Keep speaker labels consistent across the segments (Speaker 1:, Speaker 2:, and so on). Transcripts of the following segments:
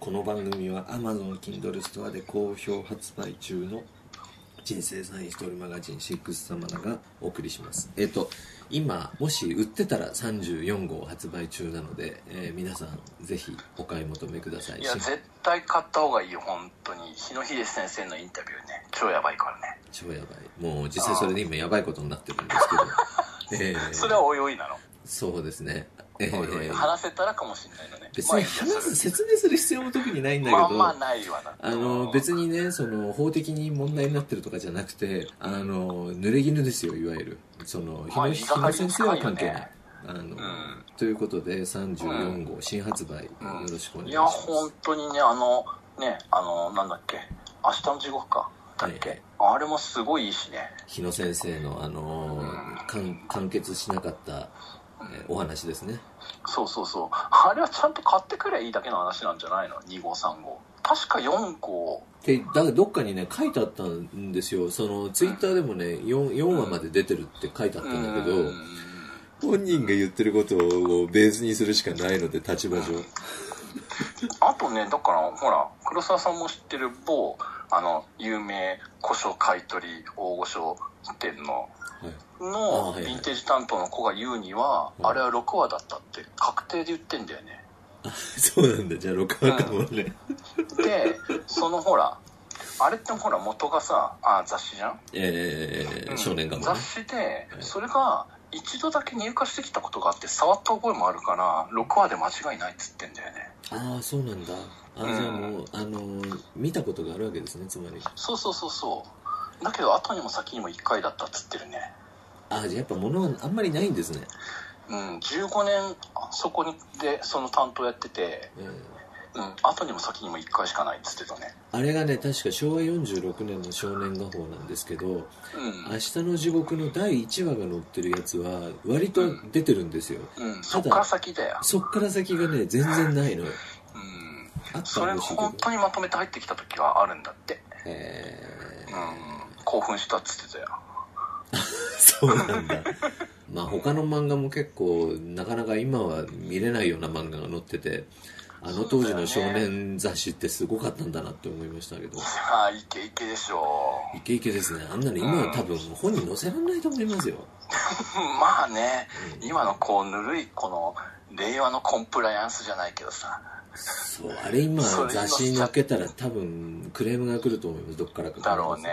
Speaker 1: この番組は Amazon Kindle ストアで好評発売中の人生サインストーリーマガジン6様ナがお送りしますえっ、と今もし売ってたら34号発売中なので、えー皆さんぜひお買い求めください
Speaker 2: いや
Speaker 1: 市販
Speaker 2: 絶対買った方がいいよ本当に日野秀先生のインタビューね超やばいからね
Speaker 1: 超やばいもう実際それで今やばいことになってるんです けど、えー
Speaker 2: それはおいおいなの、
Speaker 1: そうですね、えー
Speaker 2: おいおい話せたらかもしれないのね
Speaker 1: 別
Speaker 2: まあい
Speaker 1: に
Speaker 2: いや
Speaker 1: 話す説明する必要も特にないんだ
Speaker 2: それ
Speaker 1: けど、
Speaker 2: まあまあないわな
Speaker 1: あの別にねその法的に問題になってるとかじゃなくてあの濡れ衣ですよいわゆるその日
Speaker 2: まあ
Speaker 1: 野
Speaker 2: 言
Speaker 1: 日
Speaker 2: いがか
Speaker 1: 野
Speaker 2: りに
Speaker 1: 先
Speaker 2: 近
Speaker 1: 生
Speaker 2: いよ
Speaker 1: は
Speaker 2: ね
Speaker 1: 関係ない。あの
Speaker 2: ん
Speaker 1: ということで34号、新発売、
Speaker 2: うん
Speaker 1: よろしくお願い
Speaker 2: い
Speaker 1: し
Speaker 2: や
Speaker 1: ます
Speaker 2: 本当にねあのねあのなんだっけ明日の地獄かだっけ、
Speaker 1: はい
Speaker 2: あれもすごいいいしね
Speaker 1: 日野先生の、あのーかん完結しなかった、えーお話ですね
Speaker 2: そうそうそうあれはちゃんと買ってくりゃいいだけの話なんじゃないの2号3号確か4号
Speaker 1: でだどっかにね書いてあったんですよそのツイッターでもね 4, 4話まで出てるって書いてあったんだけど、
Speaker 2: うん
Speaker 1: 本人が言ってることをベースにするしかないので立場上
Speaker 2: あとねだからほら黒沢さんも知ってる某あの有名古書買い取り大御所店の
Speaker 1: はいあ
Speaker 2: の
Speaker 1: はいは
Speaker 2: ヴ
Speaker 1: い
Speaker 2: ィンテージ担当の子が言うには
Speaker 1: うん
Speaker 2: あれは6話だったって確定で言ってんだよね
Speaker 1: そうなんだじゃあ6話かもね
Speaker 2: でそのほらあれってほら元がさあ雑誌じゃん、
Speaker 1: え
Speaker 2: う
Speaker 1: ー、
Speaker 2: ん
Speaker 1: 少年かもね
Speaker 2: 雑誌でそれが一度だけ入荷してきたことがあって触った覚えもあるから6話で間違いないっつってんだよね
Speaker 1: ああそうなんだあじゃあもう、あのー見たことがあるわけですねつまり
Speaker 2: そうそうそうそうだけど後にも先にも1回だったっつってるね
Speaker 1: ああじゃあやっぱ物はあんまりないんですね、
Speaker 2: うん、15年そこにでその担当やってて、
Speaker 1: えー
Speaker 2: うん、後にも先にも1回しかないっつってたね
Speaker 1: あれがね確か昭和46年の少年画報なんですけど「明日の地獄」の第1話が載ってるやつは割と出てるんですよ
Speaker 2: うん、うん、そっから先だよ、
Speaker 1: そっから先がね全然ないのよ
Speaker 2: うん、
Speaker 1: あった
Speaker 2: それ
Speaker 1: ら
Speaker 2: が
Speaker 1: しいけど
Speaker 2: 本当にまとめて入ってきた時があるんだって、
Speaker 1: え
Speaker 2: う
Speaker 1: ー、
Speaker 2: ん、興奮したっつってたよ
Speaker 1: そうなんだまあ他の漫画も結構なかなか今は見れないような漫画が載っててあの当時の少年雑誌ってすごかったんだなって思いましたけど
Speaker 2: ああイケイケでしょ
Speaker 1: イケイケですねあんなの今は多分本に載せられないと思いますよ
Speaker 2: まあね今のこうぬるいこの令和のコンプライアンスじゃないけどさ
Speaker 1: そうあれ今
Speaker 2: それ今
Speaker 1: 雑誌に載っけたら多分クレームが来ると思いますどっからか
Speaker 2: だろうね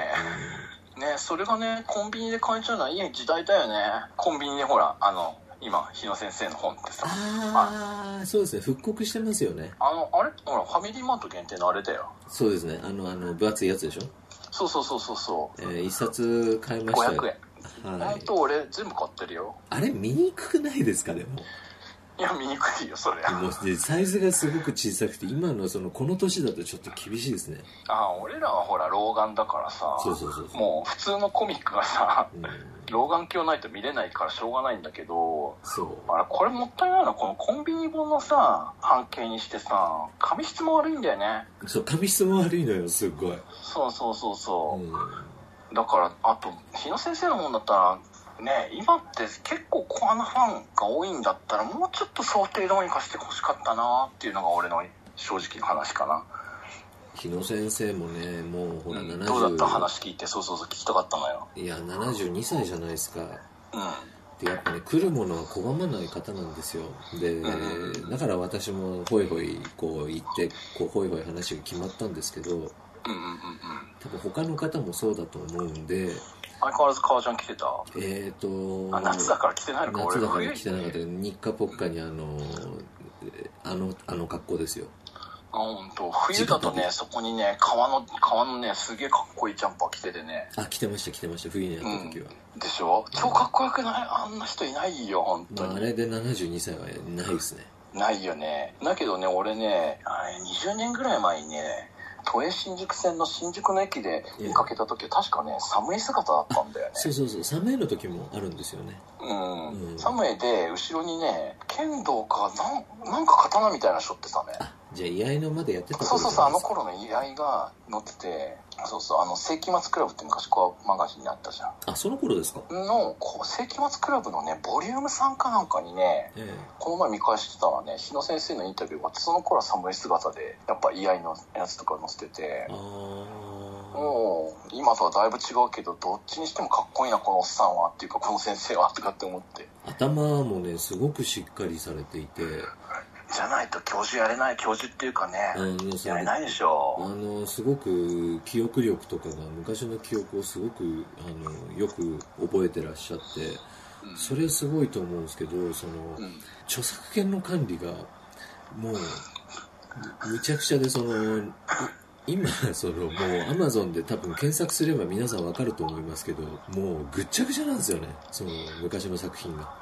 Speaker 2: ねそれがねコンビニで買えちゃうのはいい時代だよねコンビニでほらあの今日野先生の本ってさ
Speaker 1: ああそうですね復刻してますよね
Speaker 2: あの、あれほら、ファミリーマート限定のあれだよ。
Speaker 1: そうですねあのあの分厚いやつでしょ、
Speaker 2: そうそうそうそうそ。
Speaker 1: えー、一冊買いうました
Speaker 2: 500円。
Speaker 1: は
Speaker 2: ほん
Speaker 1: い
Speaker 2: と俺、全部買ってるよ。
Speaker 1: あれ見にくくないですかでも
Speaker 2: いや、見にくいよ、そりゃ。
Speaker 1: もうでサイズがすごく小さくて今のそのこの年だとちょっと厳しいですね
Speaker 2: あ、俺らはほら、老眼だからさ。
Speaker 1: そうそうそうそう、
Speaker 2: もう、普通のコミックがさ、
Speaker 1: うん、
Speaker 2: 老眼鏡ないと見れないからしょうがないんだけど、
Speaker 1: そう
Speaker 2: あれ、これもったいないな。このコンビニ本のさ、半径にしてさ、紙質も悪いんだよね。
Speaker 1: そう髪質も悪いのよすごい、
Speaker 2: そうそうそうそう
Speaker 1: ん、
Speaker 2: う。だから、あと、日野先生の本だったら、ね、今って結構コアなファンが多いんだったら、もうちょっと想定どうにかしてほしかったなっていうのが俺の正直な話かな。
Speaker 1: 日野先生もねもうほら
Speaker 2: うん
Speaker 1: 70
Speaker 2: どうだった話聞いて、そうそうそう聞きたかったのよ。
Speaker 1: いや72歳じゃないですか
Speaker 2: うん。
Speaker 1: でやっぱね来るものは拒まない方なんですよで、
Speaker 2: う
Speaker 1: だから私もホイホイこう行ってこうホイホイ話が決まったんですけど
Speaker 2: うんうんうんうん。
Speaker 1: 多分他の方もそうだと思うんで
Speaker 2: 相変わらず革ジャン着てたあ、
Speaker 1: えっ、ー、と
Speaker 2: 夏だから着てないのか、俺
Speaker 1: 夏だから来てなかっ
Speaker 2: 冬
Speaker 1: た
Speaker 2: に
Speaker 1: 日課ポッカにあのえあのあの格好ですよ
Speaker 2: あ、ほんと。冬だとね、そこにね、革の、革のね、すげえかっこいいジャンパー着ててね。
Speaker 1: あ来てました来てました冬に会った時は、
Speaker 2: でしょ超かっこよくないあんな人いないよ、本当に。
Speaker 1: まあ、あれで72歳はないですね
Speaker 2: ないよねだけどね俺ねあれ20年ぐらい前にね都営新宿線の新宿の駅で見かけた時は確かね寒い姿だったんだよね
Speaker 1: そうそうそう寒いの時もあるんですよね
Speaker 2: うん、
Speaker 1: うん
Speaker 2: 寒いで後ろにね剣道かなんなんか刀みたいな人ってたね
Speaker 1: あじゃあ、居合のまでやってた
Speaker 2: そうそうそう、あの
Speaker 1: 頃
Speaker 2: 頃の居合が載ってて、そうそう、あの、世紀末クラブって昔コアマガジンにあったじゃん。
Speaker 1: あ、その頃ですか
Speaker 2: の、こう、世紀末クラブのね、ボリューム3かなんかにね、
Speaker 1: え
Speaker 2: この前見返してたらね、日野先生のインタビューがあって、その頃は寒い姿で、やっぱ居合のやつとか載せてて
Speaker 1: え、あ
Speaker 2: もう、今とはだいぶ違うけど、どっちにしてもかっこいいな、このおっさんは、っていうか、この先生は、とかって思って。
Speaker 1: あ。頭もね、すごくしっかりされていて、
Speaker 2: じゃないと教授やれない、教授っていうかね、
Speaker 1: あの、そ
Speaker 2: やれ
Speaker 1: の
Speaker 2: ないでしょ。
Speaker 1: あのすごく記憶力とかが昔の記憶をすごくあのよく覚えてらっしゃって
Speaker 2: うん
Speaker 1: それすごいと思うんですけどその
Speaker 2: うん
Speaker 1: 著作権の管理がもうむちゃくちゃでそのい今そのもうアマゾンで多分検索すれば皆さんわかると思いますけどもうぐっちゃぐちゃなんですよねその昔の作品が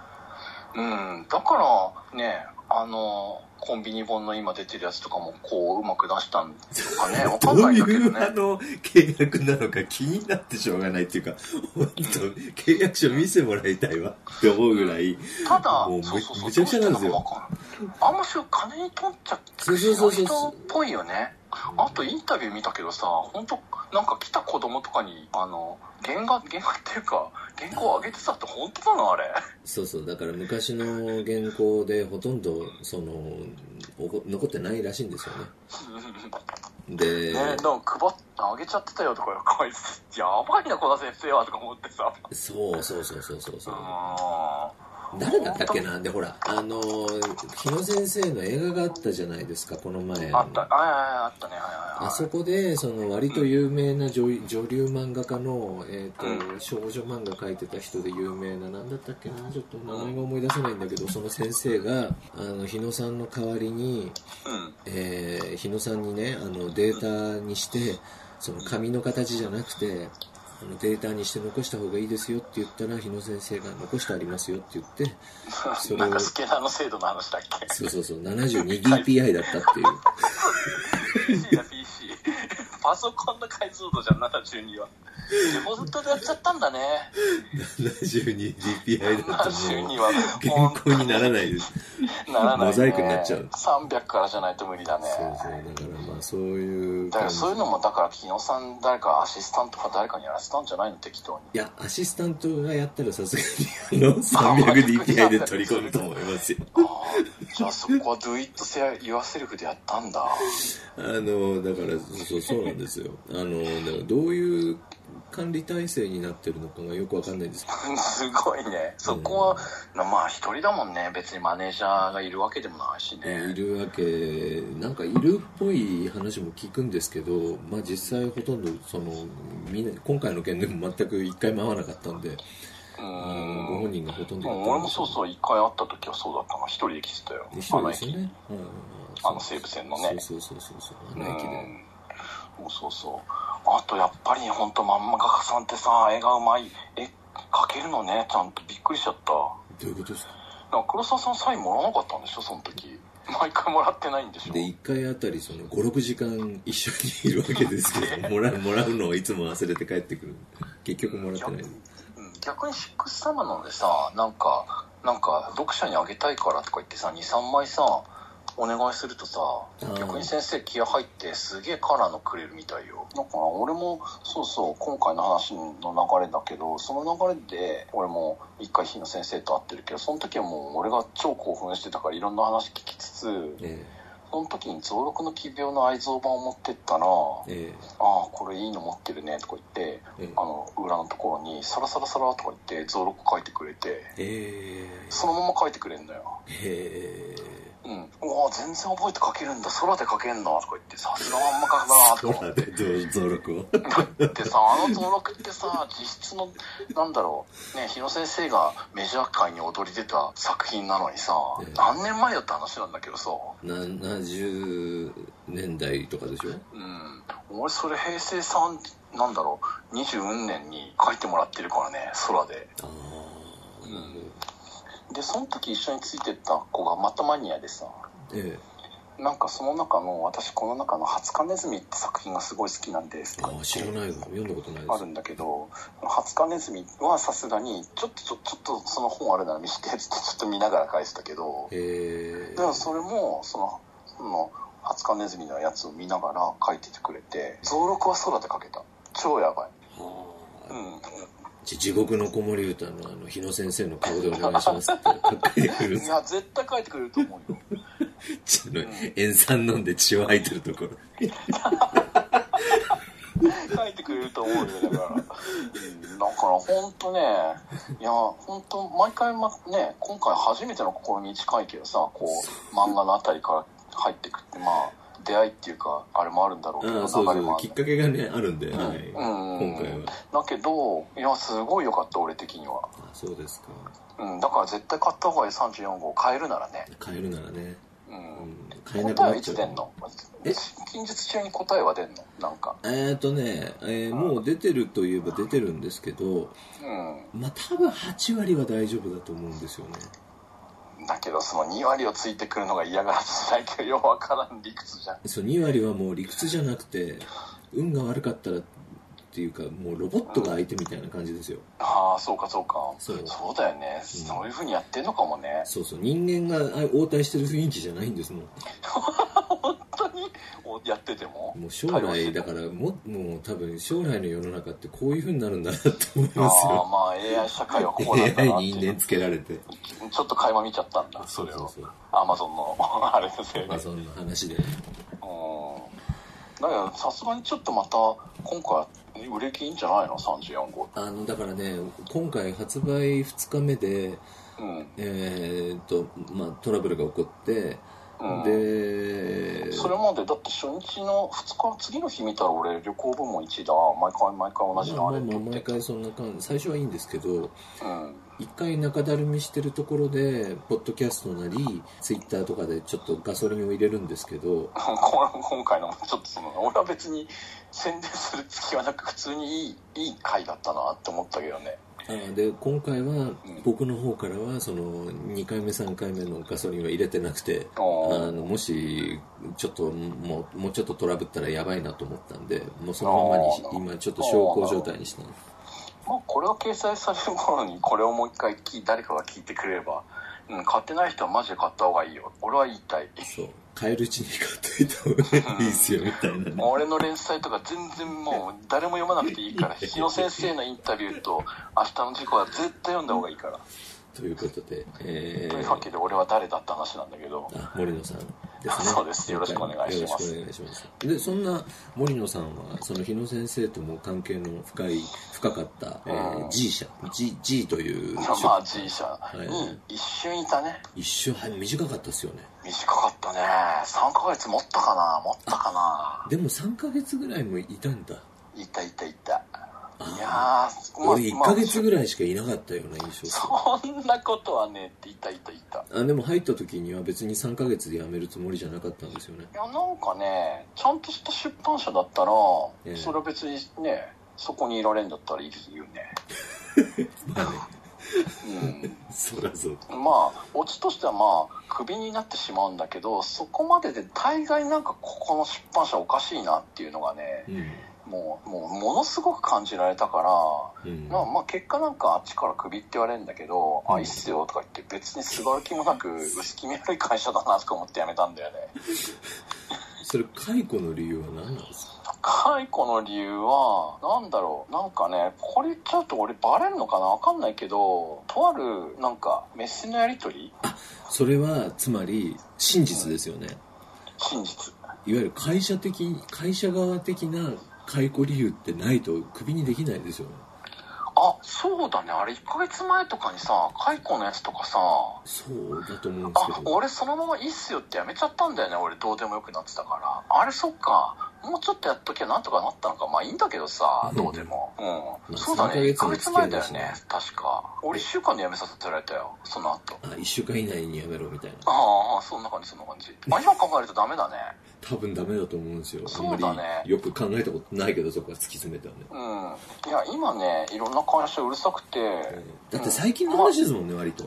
Speaker 2: うん、だからねあのコンビニ本の今出てるやつとかもこううまく出したん とかねわか
Speaker 1: ど
Speaker 2: んな
Speaker 1: う
Speaker 2: いん
Speaker 1: い
Speaker 2: だけど
Speaker 1: う
Speaker 2: ね
Speaker 1: あの契約なのか気になってしょうがないっていうか本当契約書見せてもらいたいわって思うぐらい
Speaker 2: ただ
Speaker 1: もうむ
Speaker 2: そうそうそう
Speaker 1: むちゃくちゃなんですよ
Speaker 2: どうしてのかわかんないあんまし金に取っちゃって
Speaker 1: そう
Speaker 2: る
Speaker 1: そうそうそう
Speaker 2: 人っぽいよねあとインタビュー見たけどさ本当なんか来た子供とかにあの原画原画っていうか原稿上げてたって本当だなあれ
Speaker 1: そうそうだから昔の原稿でほとんどそのおこ残ってないらしいんですよねで
Speaker 2: ねなんか配ってあげちゃってたよとかこいつやばいなこの先生はとか思ってさ
Speaker 1: そうそうそうそうそうそう
Speaker 2: うん
Speaker 1: 誰だったっけなでほらあの日野先生の映画があったじゃないですかこの前
Speaker 2: あった、はいはいはい、あったね、はいはいはい。
Speaker 1: あそこでその割と有名な女い女流漫画家の、えーと
Speaker 2: う
Speaker 1: 少女漫画描いてた人で有名な何だったっけなちょっと名前が思い出せないんだけどその先生があの日野さんの代わりに、
Speaker 2: うん。
Speaker 1: えー日野さんにねあのデータにしてその紙の形じゃなくてあのデータにして残した方がいいですよって言ったら日野先生が残してありますよって言ってそれを
Speaker 2: なんかスケダーの制度の話だっけ
Speaker 1: そうそうそう 72dpi だったっていう
Speaker 2: PC だ PC パソコンの解像度じゃん72はデフォルトでやっちゃったんだね
Speaker 1: 72dpi だったらも
Speaker 2: 72
Speaker 1: う
Speaker 2: は
Speaker 1: 原稿にならないです
Speaker 2: ならない、ね、
Speaker 1: モザイクになっちゃう
Speaker 2: 300からじゃないと無理だね
Speaker 1: そうそうだからまあそういう
Speaker 2: だ
Speaker 1: 感
Speaker 2: から
Speaker 1: じ
Speaker 2: そういうのもだから木野さん誰かアシスタントか誰かにやらせたんじゃないの適当に
Speaker 1: いやアシスタントがやったらさすがにあの 300dpi で取り込むと思いますよ
Speaker 2: ああじゃあそこは Do it yourself でやったんだ
Speaker 1: あのだからそうそうなんですよあのだからどういう管理体制になってるのかがよくわかんないんですけど
Speaker 2: すごいねそこは、まあ一人だもんね別にマネージャーがいるわけでもないし
Speaker 1: い
Speaker 2: ね
Speaker 1: るわけなんかいるっぽい話も聞くんですけど、まあ、実際ほとんどそのみんな今回の件でも全く一回も会わなかったんで
Speaker 2: う
Speaker 1: あ
Speaker 2: ん
Speaker 1: のご本人がほとん
Speaker 2: で
Speaker 1: どだったん
Speaker 2: も
Speaker 1: で
Speaker 2: 俺もそうそう一回会った時はそうだったな一人で来てたよ
Speaker 1: 一緒ですよ
Speaker 2: 駅
Speaker 1: ねうん
Speaker 2: あの西武線のね
Speaker 1: そうそうそうそうそうあ
Speaker 2: う
Speaker 1: の駅で
Speaker 2: んそうそうそうあとやっぱり本当まんま画家さんってさ絵がうまい絵描けるのねちゃんとびっくりしちゃった
Speaker 1: どういうことですか
Speaker 2: なんか黒沢さんサインもらわなかったんでしょその時毎回もらってないんでしょ
Speaker 1: で1回あたりその56時間一緒にいるわけですけどもらう もらうのをいつも忘れて帰ってくる結局もらってない
Speaker 2: うん逆にシックスサマなのでさなんかなんか読者にあげたいからとか言ってさ23枚さお願いするとさ
Speaker 1: うん
Speaker 2: 逆に先生気合入ってすげえカラーのくれるみたいよだから俺もそうそう今回の話の流れだけどその流れで俺も一回日野先生と会ってるけどその時はもう俺が超興奮してたからいろんな話聞きつつ
Speaker 1: え
Speaker 2: その時に増録の奇病の愛蔵版を持ってったら「あ
Speaker 1: ええ
Speaker 2: あこれいいの持ってるね」とか言って
Speaker 1: ええ
Speaker 2: あの裏のところにサラサラサラとか言って増録書いてくれて
Speaker 1: ええ
Speaker 2: そのまま書いてくれんだよ
Speaker 1: へ
Speaker 2: うんうわ全然覚えて書けるんだ空で書けんだとか言ってさすがまんま
Speaker 1: え
Speaker 2: 書
Speaker 1: ほ
Speaker 2: くなとから
Speaker 1: で増録を
Speaker 2: だっ てさあの増録ってさ実質のなんだろうね日野先生がメジャー界に踊り出た作品なのにさ
Speaker 1: ええ
Speaker 2: 何年前だって話なんだけどさ
Speaker 1: 70年代とかでしょ
Speaker 2: うん俺それ平成3なんだろう20年に書いてもらってるからね空で
Speaker 1: ああなる
Speaker 2: でその時一緒についてった子がまたマニアでさ
Speaker 1: ほどええ
Speaker 2: なんかその中の私この中の「ハツカネズミ」って作品がすごい好きなんですとか
Speaker 1: あ
Speaker 2: 言
Speaker 1: あ
Speaker 2: って
Speaker 1: 知らないわ読んだことないです
Speaker 2: あるんだけど「ハツカネズミ」はさすがにちょっとちょちょっとその本あるなら見せてっつってちょっと見ながら返したけど
Speaker 1: ええ
Speaker 2: でもそれもそのその「アツカネズミのやつを見ながら書いててくれて増録は空で書けた超やばい
Speaker 1: は
Speaker 2: う
Speaker 1: あ
Speaker 2: ん
Speaker 1: じゃ地獄の子守歌のあの日野先生の顔でお願いしますって書いてくる
Speaker 2: いや絶対書いてくれると思うよ
Speaker 1: ちの 塩酸飲んで血を吐いてるところ
Speaker 2: 書いてくれると思うよだから、うん、だから本当ねいや本当毎回、ま、ね今回初めての試みに近いけどさこう漫画のあたりから入ってくってまあ出会いっていうかあれもあるんだろうけ
Speaker 1: あ
Speaker 2: ど
Speaker 1: あそう
Speaker 2: 流れ
Speaker 1: そ
Speaker 2: も
Speaker 1: う
Speaker 2: あ
Speaker 1: き
Speaker 2: る
Speaker 1: っかけがねあるんで、はい
Speaker 2: うん
Speaker 1: 今回は
Speaker 2: だけどいやすごい良かった俺的には、
Speaker 1: あそうですか
Speaker 2: うん、だから絶対買った方がいい34号買えるならね、
Speaker 1: 買えるならね、
Speaker 2: う、
Speaker 1: うんん、買えなく
Speaker 2: 答え
Speaker 1: な
Speaker 2: は
Speaker 1: っ
Speaker 2: い
Speaker 1: ちゃう
Speaker 2: つ出んの
Speaker 1: え
Speaker 2: 近日中に答えは出んのなんか
Speaker 1: えー、とね、えーもう出てるといえば出てるんですけど
Speaker 2: う
Speaker 1: まあ多分8割は大丈夫だと思うんですよね
Speaker 2: んだけどその2割をついてくるのが嫌がらせじゃないけどようわからん理屈じゃん
Speaker 1: そう2割はもう理屈じゃなくて運が悪かったらっていうかもうロボットが相手みたいな感じですよ
Speaker 2: ああそうかそうか
Speaker 1: そう
Speaker 2: だよね、そういうふうにやってんのかもね
Speaker 1: そうそう人間があ応対してる雰囲気じゃないんですもん
Speaker 2: 本当におやってても
Speaker 1: もう将来だからももう多分将来の世の中ってこういう風になるんだなって思います
Speaker 2: ああ
Speaker 1: よ
Speaker 2: まあ AI 社会 はこうなんだ
Speaker 1: AI
Speaker 2: なって
Speaker 1: に因
Speaker 2: いう
Speaker 1: 縁つけられて
Speaker 2: ちょっと垣間見ちゃったんだそれをアマゾンの あれのせいで
Speaker 1: まあそんな話で
Speaker 2: うんだけどさすがにちょっとまた今回売れ行きいいんじゃないの34号
Speaker 1: あのだからね今回発売2日目で
Speaker 2: うん
Speaker 1: えーっとまあトラブルが起こって、
Speaker 2: うん
Speaker 1: で
Speaker 2: それまでだって初日の2日次の日見たら俺旅行部門1位だ毎回毎回同じ
Speaker 1: ま
Speaker 2: の
Speaker 1: あ
Speaker 2: あ
Speaker 1: ま
Speaker 2: れ
Speaker 1: あ
Speaker 2: って
Speaker 1: まあ
Speaker 2: 言っ
Speaker 1: 毎
Speaker 2: て
Speaker 1: 回そんな感じ最初はいいんですけど
Speaker 2: うん
Speaker 1: 一回中だるみしてるところでポッドキャストなりツイッターとかでちょっとガソリンを入れるんですけど
Speaker 2: こ今回のもちょっとその俺は別に宣伝する気はなく普通にいいいい回だったなって思ったけどね
Speaker 1: あーで今回は僕の方からはその2回目3回目のガソリンは入れてなくて
Speaker 2: あ
Speaker 1: あ
Speaker 2: ー
Speaker 1: のもしちょっともうもうちょっとトラブったらやばいなと思ったんでもうそのままにし
Speaker 2: あー
Speaker 1: 今ちょっと小康状態にしたの
Speaker 2: まあこれを掲載される頃にこれをもう一回聞い誰かが聞いてくれれば、うん、買ってない人はマジで買った方がいいよ俺は言いたい
Speaker 1: そう買えるうちに買っといた方がいいですよみたいなね
Speaker 2: 俺の連載とか全然 もう誰も読まなくていいから日野先生のインタビューと明日の事故は絶対読んだ方がいいから
Speaker 1: ということで、え
Speaker 2: というわけ
Speaker 1: ー、
Speaker 2: で俺は誰だって話なんだけど
Speaker 1: あ森野さんですね
Speaker 2: そうですよろしくお願いします
Speaker 1: よろしくお願いしますでそんな森野さんはその日野先生とも関係の深い深かった、え
Speaker 2: う
Speaker 1: ー、
Speaker 2: ん
Speaker 1: G 社 G, G という
Speaker 2: まあ G 社に一瞬いたね
Speaker 1: 一瞬はい短かったですよね
Speaker 2: 短かったね3ヶ月持ったかな持ったかな
Speaker 1: でも3ヶ月ぐらいもいたんだ
Speaker 2: いたいたいた
Speaker 1: あ
Speaker 2: いやー
Speaker 1: 俺1ヶ月ぐ
Speaker 2: らい
Speaker 1: らいしかいなかったような印象
Speaker 2: そんなことはねっていたいたいたい
Speaker 1: あでも入った時には別に3ヶ月で辞めるつもりじゃなかったんですよね
Speaker 2: やなんかねちゃんとした出版社だったら、
Speaker 1: ええ
Speaker 2: それは別にねそこにいられんだったらいいよね
Speaker 1: まあね
Speaker 2: うん
Speaker 1: そらそう
Speaker 2: まあオチとしてはまあクビになってしまうんだけどそこまでで大概なんかここの出版社おかしいなっていうのがね
Speaker 1: うん
Speaker 2: もうもうものすごく感じられたから、
Speaker 1: うん
Speaker 2: まあ、まあ結果なんかあっちからクビって言われるんだけど「
Speaker 1: うん
Speaker 2: あいいっすよ」とか言って別にすがる気もなく薄気味悪い会社だなとか思って辞めたんだよね
Speaker 1: それ解雇の理由は何なんですか
Speaker 2: 解雇の理由はなんだろうなんかねこれちょっと俺バレるのかなわかんないけどとあるなんかメッセのやり取り
Speaker 1: それはつまり真実ですよね
Speaker 2: 真
Speaker 1: い
Speaker 2: 実
Speaker 1: わゆる会社的会社側的な解雇理由ってないとクビにできないですよね
Speaker 2: あそうだねあれ1ヶ月前とかにさ解雇のやつとかさ
Speaker 1: そうだと思うんです
Speaker 2: あ
Speaker 1: けど
Speaker 2: 俺そのままいいっすよってやめちゃったんだよね俺どうでもよくなってたからあれそっかもうちょっとやっときゃなんとかなったのかまあいいんだけどさどうでもうん、
Speaker 1: まあ
Speaker 2: そうだね
Speaker 1: 3
Speaker 2: 1
Speaker 1: ヶ
Speaker 2: ヶ
Speaker 1: 月の付き合
Speaker 2: 月前
Speaker 1: い
Speaker 2: だ
Speaker 1: だ
Speaker 2: よ
Speaker 1: しね
Speaker 2: ね確か俺1週間でやめさせられたよその後
Speaker 1: あ1週間以内に辞めろみたいな
Speaker 2: ああそんな感じそんな感じあ今考えるとダメだね
Speaker 1: 多分ダメだと思うんですよあんま
Speaker 2: そうだ
Speaker 1: り
Speaker 2: ね
Speaker 1: よく考えたことないけどそこは突き詰めたらね
Speaker 2: うんいや今ねいろんな会社うるさくて、
Speaker 1: だって最近の話ですもんね割と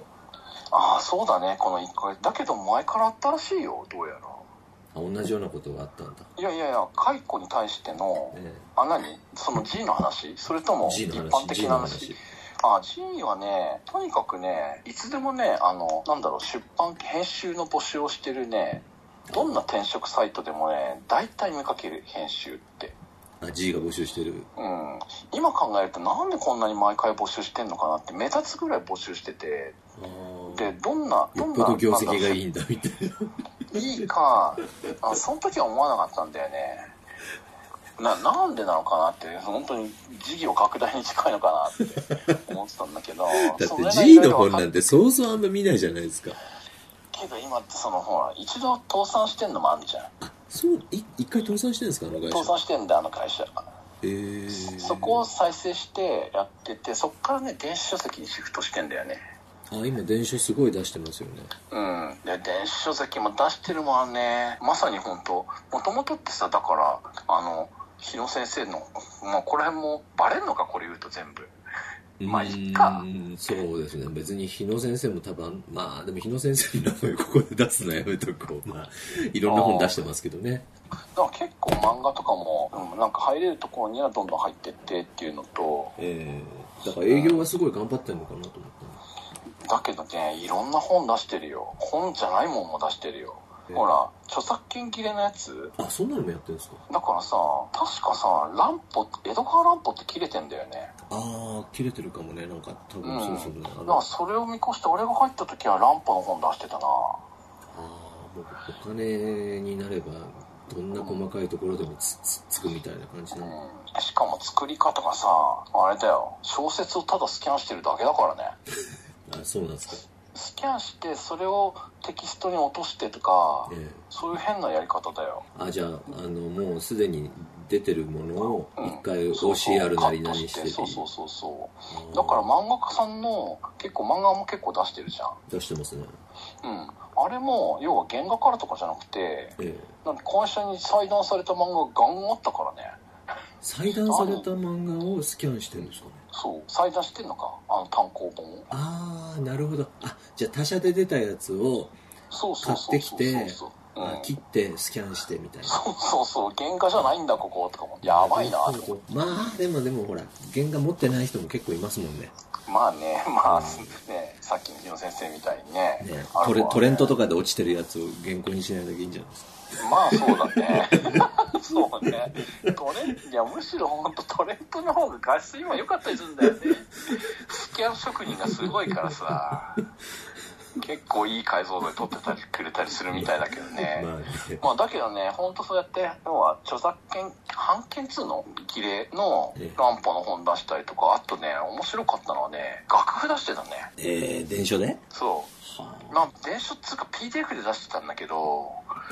Speaker 2: ああそうだねこの1ヶ月だけど前からあったらしいよどうやら
Speaker 1: あ同じようなことがあったんだ、
Speaker 2: いやいやいや解雇に対しての
Speaker 1: え
Speaker 2: あ何その G の話それと
Speaker 1: え
Speaker 2: も一
Speaker 1: G の話
Speaker 2: 般的
Speaker 1: G
Speaker 2: な
Speaker 1: の
Speaker 2: 話
Speaker 1: 話
Speaker 2: あ G はねとにかくねいつでもねあのなんだろう出版編集の募集をしてるねどんな転職サイトでもね大体見かける編集って
Speaker 1: あ G が募集してる
Speaker 2: うん今考えるとなんでこんなに毎回募集してんのかなって目立つぐらい募集してて
Speaker 1: あー
Speaker 2: でどんなど
Speaker 1: よ
Speaker 2: ん
Speaker 1: っ
Speaker 2: な
Speaker 1: ぽど業績がい
Speaker 2: い
Speaker 1: いんだみたいない
Speaker 2: いかあその時は思わなかったんだよねななんでなのかなって本当に事業拡大に近いのかなって思ってたんだけど
Speaker 1: だ
Speaker 2: それが
Speaker 1: って G
Speaker 2: 色
Speaker 1: の
Speaker 2: 々
Speaker 1: 本
Speaker 2: 分かっ
Speaker 1: なんてそうそうあんま見ないじゃないですか
Speaker 2: けど今ってそのほら一度倒産してんのもあるじゃん
Speaker 1: そうい一回倒産してるんですかあの会
Speaker 2: 倒
Speaker 1: 社
Speaker 2: 産してんだよあの会社
Speaker 1: えー、
Speaker 2: そこを再生してやっててそこからね電子書籍にシフトしてんだよね
Speaker 1: あ今電車すごい出してますよね
Speaker 2: うんで電子書籍も出してるもんねまさに本当もともとってさだからあの日野先生のまあこれもバレんのかこれ言うと全部まあいっか
Speaker 1: うーんそうですね別に日野先生も多分まあでも日野先生の名前ここで出すのやめとこうまあいろんな本出してますけどね
Speaker 2: だから結構漫画とかも、うん、なんか入れるところにはどんどん入ってってっていうのと
Speaker 1: ええだから営業はすごい頑張ってるのかなと思ったんです
Speaker 2: だけどねいろんな本出してるよ本じゃないもんも出してるよ
Speaker 1: ええ
Speaker 2: ほら著作権切れのやつ
Speaker 1: あそんなのもやってるんですか
Speaker 2: だからさ確かさ乱歩江戸川乱歩って切れてんだよね
Speaker 1: ああ切れてるかもねなんか多
Speaker 2: う
Speaker 1: 分
Speaker 2: ん
Speaker 1: そうそうね、あ
Speaker 2: だから
Speaker 1: の
Speaker 2: それを見越して俺が入った時は乱歩の本出してたな
Speaker 1: あーもうお金になればどんな細かいところでもつつつくみたいな感じなの
Speaker 2: うんしかも作り方がさあれだよ小説をただスキャンしてるだけだからね
Speaker 1: あそうなんですか
Speaker 2: スキャンしてそれをテキストに落としてとか
Speaker 1: ええ
Speaker 2: そういう変なやり方だよ
Speaker 1: あじゃああのもうすでに出てるものを
Speaker 2: うん
Speaker 1: 一回
Speaker 2: そうそう
Speaker 1: OCR なり
Speaker 2: カッ
Speaker 1: 何
Speaker 2: ト
Speaker 1: してり
Speaker 2: そうそうそうそう
Speaker 1: あー
Speaker 2: だから漫画家さんの結構漫画も結構出してるじゃん
Speaker 1: 出してますね
Speaker 2: うんあれも要は原画からとかじゃなくて
Speaker 1: ええ
Speaker 2: なんで会社に裁断された漫画がガンあったからね
Speaker 1: 裁断された漫画をスキャンしてるんですかね
Speaker 2: そう裁断してんのかあの単行本を
Speaker 1: ああなるほどあじゃあ他社で出たやつを
Speaker 2: そうそうそうそう
Speaker 1: 買ってきて
Speaker 2: そうそう、うん
Speaker 1: あ切ってスキャンしてみたいな
Speaker 2: そうそうそう原画じゃないんだこことかもやばいな
Speaker 1: そうそうまあでもでもほら原画持ってない人も結構いますもんね
Speaker 2: まあねまあ
Speaker 1: う
Speaker 2: ねさっきの日野先生みたいにね
Speaker 1: ね
Speaker 2: あ
Speaker 1: ト
Speaker 2: る
Speaker 1: レ
Speaker 2: わ
Speaker 1: トレンドとかで落ちてるやつを原稿にしないだけいいんじゃないですか
Speaker 2: まあそうだね そうねトレいやむしろ本当トレンドの方が画質今良かったりするんだよねスキャン職人がすごいからさ結構いい解像度で撮ってたりくれたりするみたいだけどね、
Speaker 1: まあね
Speaker 2: まあ、だけどね、本当そうやって、要は著作権、版権2の儀礼の
Speaker 1: ええ
Speaker 2: 乱歩の本出したりとか、あとね、面白かったのはね、楽譜出してたね。
Speaker 1: えー、電書で
Speaker 2: そう。まあ、電書っつうか PDF で出してたんだけど、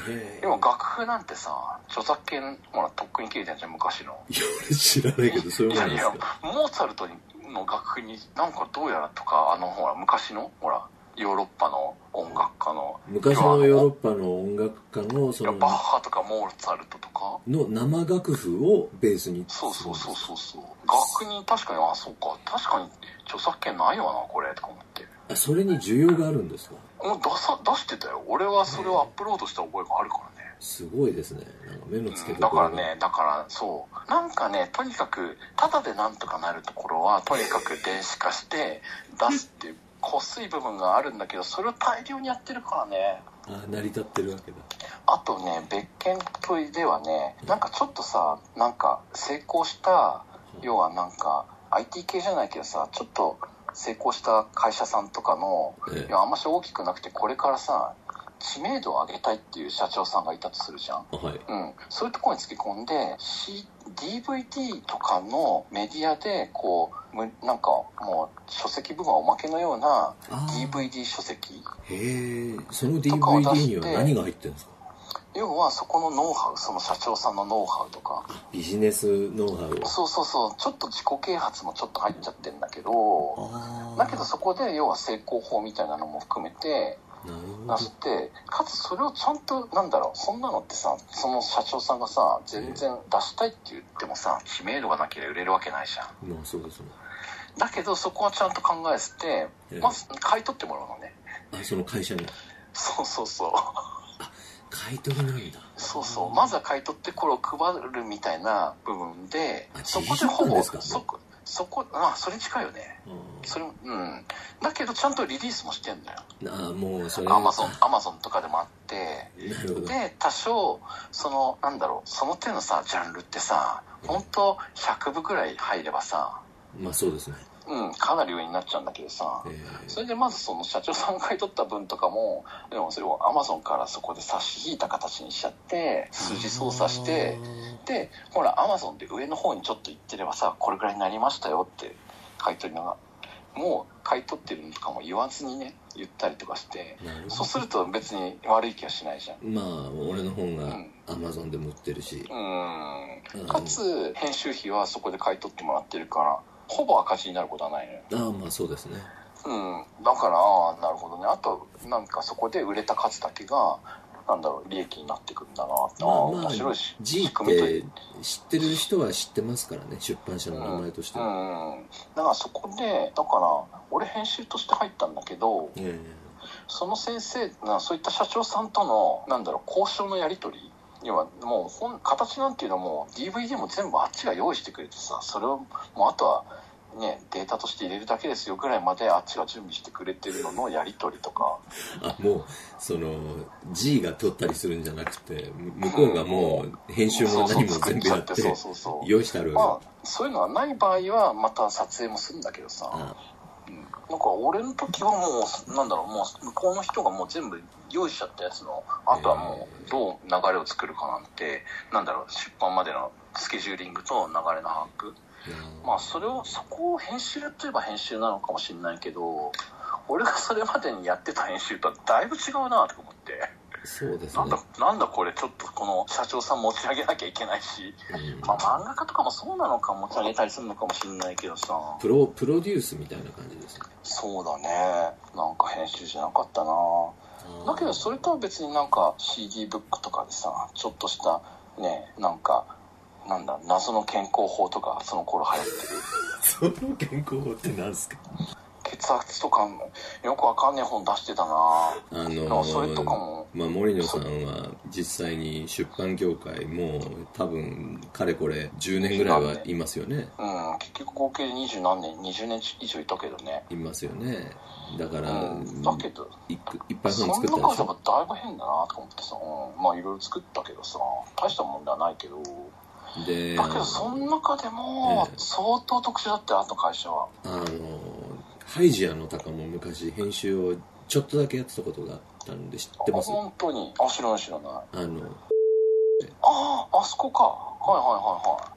Speaker 1: え
Speaker 2: でも楽譜なんてさ、著作権、ほら、とっくに切れてんじゃん、昔の。
Speaker 1: いや俺知らないけどそういう
Speaker 2: い
Speaker 1: もんな
Speaker 2: や
Speaker 1: ん
Speaker 2: い
Speaker 1: です
Speaker 2: や
Speaker 1: か、
Speaker 2: モーツァルトの楽譜になんかどうやらとか、あの、ほら、昔の、ほら、ヨーロッパの音楽家の、
Speaker 1: 昔のヨーロッパの音楽家のそ
Speaker 2: いや
Speaker 1: の
Speaker 2: バッハとかモーツァルトとか、
Speaker 1: の生楽譜をベースに
Speaker 2: そうそうそうそうそう額に確かにあそうか確かに著作権ないよなこれとか思って
Speaker 1: あそれに需要があるんですか
Speaker 2: もう出さ出してたよ俺はそれをアップロードした覚えがあるからね
Speaker 1: すごいですねなんか目のつけ
Speaker 2: うん
Speaker 1: ど
Speaker 2: だ
Speaker 1: こ
Speaker 2: から
Speaker 1: ろが
Speaker 2: ねだからそうなんかねとにかくただでなんとかなるところはとにかく電子化して出すっていうこすい部分があるんだけどそれを大量にやってるからね
Speaker 1: あ成り立ってるわけだ
Speaker 2: あとね別件問いではねなんかちょっとさなんか成功した要はなんか IT 系じゃないけどさちょっと成功した会社さんとかの
Speaker 1: え
Speaker 2: い
Speaker 1: え
Speaker 2: やあんまし大きくなくてこれからさ知名度を上げたいっていう社長さんがいたとするじゃん。
Speaker 1: あはい
Speaker 2: うん、そういうところにつけ込んで、C、DVD とかのメディアでこうむなんかもう書籍部分はおまけのような
Speaker 1: あー
Speaker 2: DVD 書籍
Speaker 1: へえその
Speaker 2: とかを出
Speaker 1: DVD
Speaker 2: し
Speaker 1: に
Speaker 2: て
Speaker 1: は何が入ってるんですか
Speaker 2: 要はそこのノウハウその社長さんのノウハウとか
Speaker 1: ビジネスノウハウを
Speaker 2: そうそうそうちょっと自己啓発もちょっと入っちゃってんだけど
Speaker 1: ああ
Speaker 2: だけどそこで要は成功法みたいなのも含めて
Speaker 1: なるほど
Speaker 2: 出してかつそれをちゃんとなんだろうそんなのってさその社長さんがさ全然出したいって言ってもさ知名度がなきゃ売れるわけないじゃん
Speaker 1: まあそうですね
Speaker 2: だけどそこはちゃんと考えて
Speaker 1: え
Speaker 2: て
Speaker 1: え
Speaker 2: まず買い取ってもらうのね
Speaker 1: あその会社に
Speaker 2: そうそうそう
Speaker 1: 買い取りなんだ
Speaker 2: そうそうまずは買い取ってこれを配るみたいな部分で
Speaker 1: あ
Speaker 2: そこで
Speaker 1: 自費だった
Speaker 2: ほ
Speaker 1: ん
Speaker 2: ぼ
Speaker 1: ですか
Speaker 2: そこそこまあそれ近いよね
Speaker 1: う
Speaker 2: それもうんだけどちゃんとリリースもしてんだよ
Speaker 1: ん、ああもうそれ
Speaker 2: アマゾンアマゾンとかでもあって
Speaker 1: なるほど
Speaker 2: で多少そのなんだろうその手のさジャンルってさ本当100部くらい入ればさ
Speaker 1: まあそうですね、
Speaker 2: うんかなり上になっちゃうんだけどさ
Speaker 1: えー
Speaker 2: それでまずその社長さんが買い取った分とかもでもそれをアマゾンからそこで差し引いた形にしちゃって数字操作してでほらアマゾンで上の方にちょっと行ってればさこれぐらいになりましたよって買い取りのがもう買い取ってるのとかも言わずにね言ったりとかして
Speaker 1: なるほど
Speaker 2: そうすると別に悪い気はしないじゃん
Speaker 1: まあ俺の本
Speaker 2: う
Speaker 1: が
Speaker 2: ん
Speaker 1: アマゾンで持ってるし、
Speaker 2: う
Speaker 1: うん
Speaker 2: んかつ編集費はそこで買い取ってもらってるからほぼ赤字になることはないのよ、
Speaker 1: ああまあそうですね
Speaker 2: うん、だからああなるほどねあとなんかそこで売れた数だけがなんだろう利益になってくるんだなって、ああ
Speaker 1: まあま
Speaker 2: 面
Speaker 1: あ
Speaker 2: 白いし
Speaker 1: G っ
Speaker 2: とい
Speaker 1: て知ってる人は知ってますからね出版社の名前として、
Speaker 2: うんうんだからそこでだから俺編集として入ったんだけど
Speaker 1: え
Speaker 2: その先生なそういった社長さんとのなんだろう交渉のやり取りにはもう本形なんていうのはもう DVD も全部あっちが用意してくれてさそれをもうあとはねデータとして入れるだけですよぐらいまであっちが準備してくれてるののやり取りとか
Speaker 1: あもうその G が取ったりするんじゃなくてむ向こうがもう編集も何も
Speaker 2: そうそう
Speaker 1: 全部やって
Speaker 2: そうそうそう
Speaker 1: 用意してあるわ
Speaker 2: まあそういうのはない場合はまた撮影もするんだけどさ、
Speaker 1: けあ
Speaker 2: なんか俺の時はもうなんだろうもう向こうの人がもう全部用意しちゃったやつのあとはもうどう流れを作るかなんてなんだろう出版までのスケジューリングと流れの把握
Speaker 1: いや
Speaker 2: まあそれをそこを編集といえば編集なのかもしれないけど俺がそれまでにやってた編集とはだいぶ違うなとか思って
Speaker 1: そうです
Speaker 2: なん
Speaker 1: ね
Speaker 2: だなんだこれちょっとこの社長さん持ち上げなきゃいけないし
Speaker 1: うん
Speaker 2: まあ漫画家とかもそうなのか持ち上げたりするのかもしれないけどさ
Speaker 1: プロプロデュースみたいな感じですね
Speaker 2: そうだねなんか編集じゃなかったなだけどそれとは別になんか CD ブックとかでさちょっとしたねなんかなんだ謎の健康法とかその頃流行ってる
Speaker 1: その健康法ってなんですか
Speaker 2: 血圧とかもよくわかんねえ本出してたな
Speaker 1: あの
Speaker 2: あそれとかも
Speaker 1: まあ、森野さんは実際に出版業界もう多分かれこれ10年ぐらいはいますよね
Speaker 2: うん結局合計で二十何年20年以上いたけどね
Speaker 1: いますよねだから、
Speaker 2: うんだけど
Speaker 1: いくいっぱい
Speaker 2: そ
Speaker 1: 本
Speaker 2: の
Speaker 1: 作った
Speaker 2: 中
Speaker 1: でし
Speaker 2: で
Speaker 1: ょ
Speaker 2: もだいぶ変だなと思ってさ、うん、まあいろいろ作ったけどさ大したもんではないけど
Speaker 1: で
Speaker 2: だけどその中でも
Speaker 1: ええ
Speaker 2: 相当特殊だったよあの会社は
Speaker 1: あのハイジアの鷹も昔編集をちょっとだけやってたことがあったんで知ってます
Speaker 2: 本当にあ知らない知らない
Speaker 1: あの
Speaker 2: あああそこかはいはいはいはい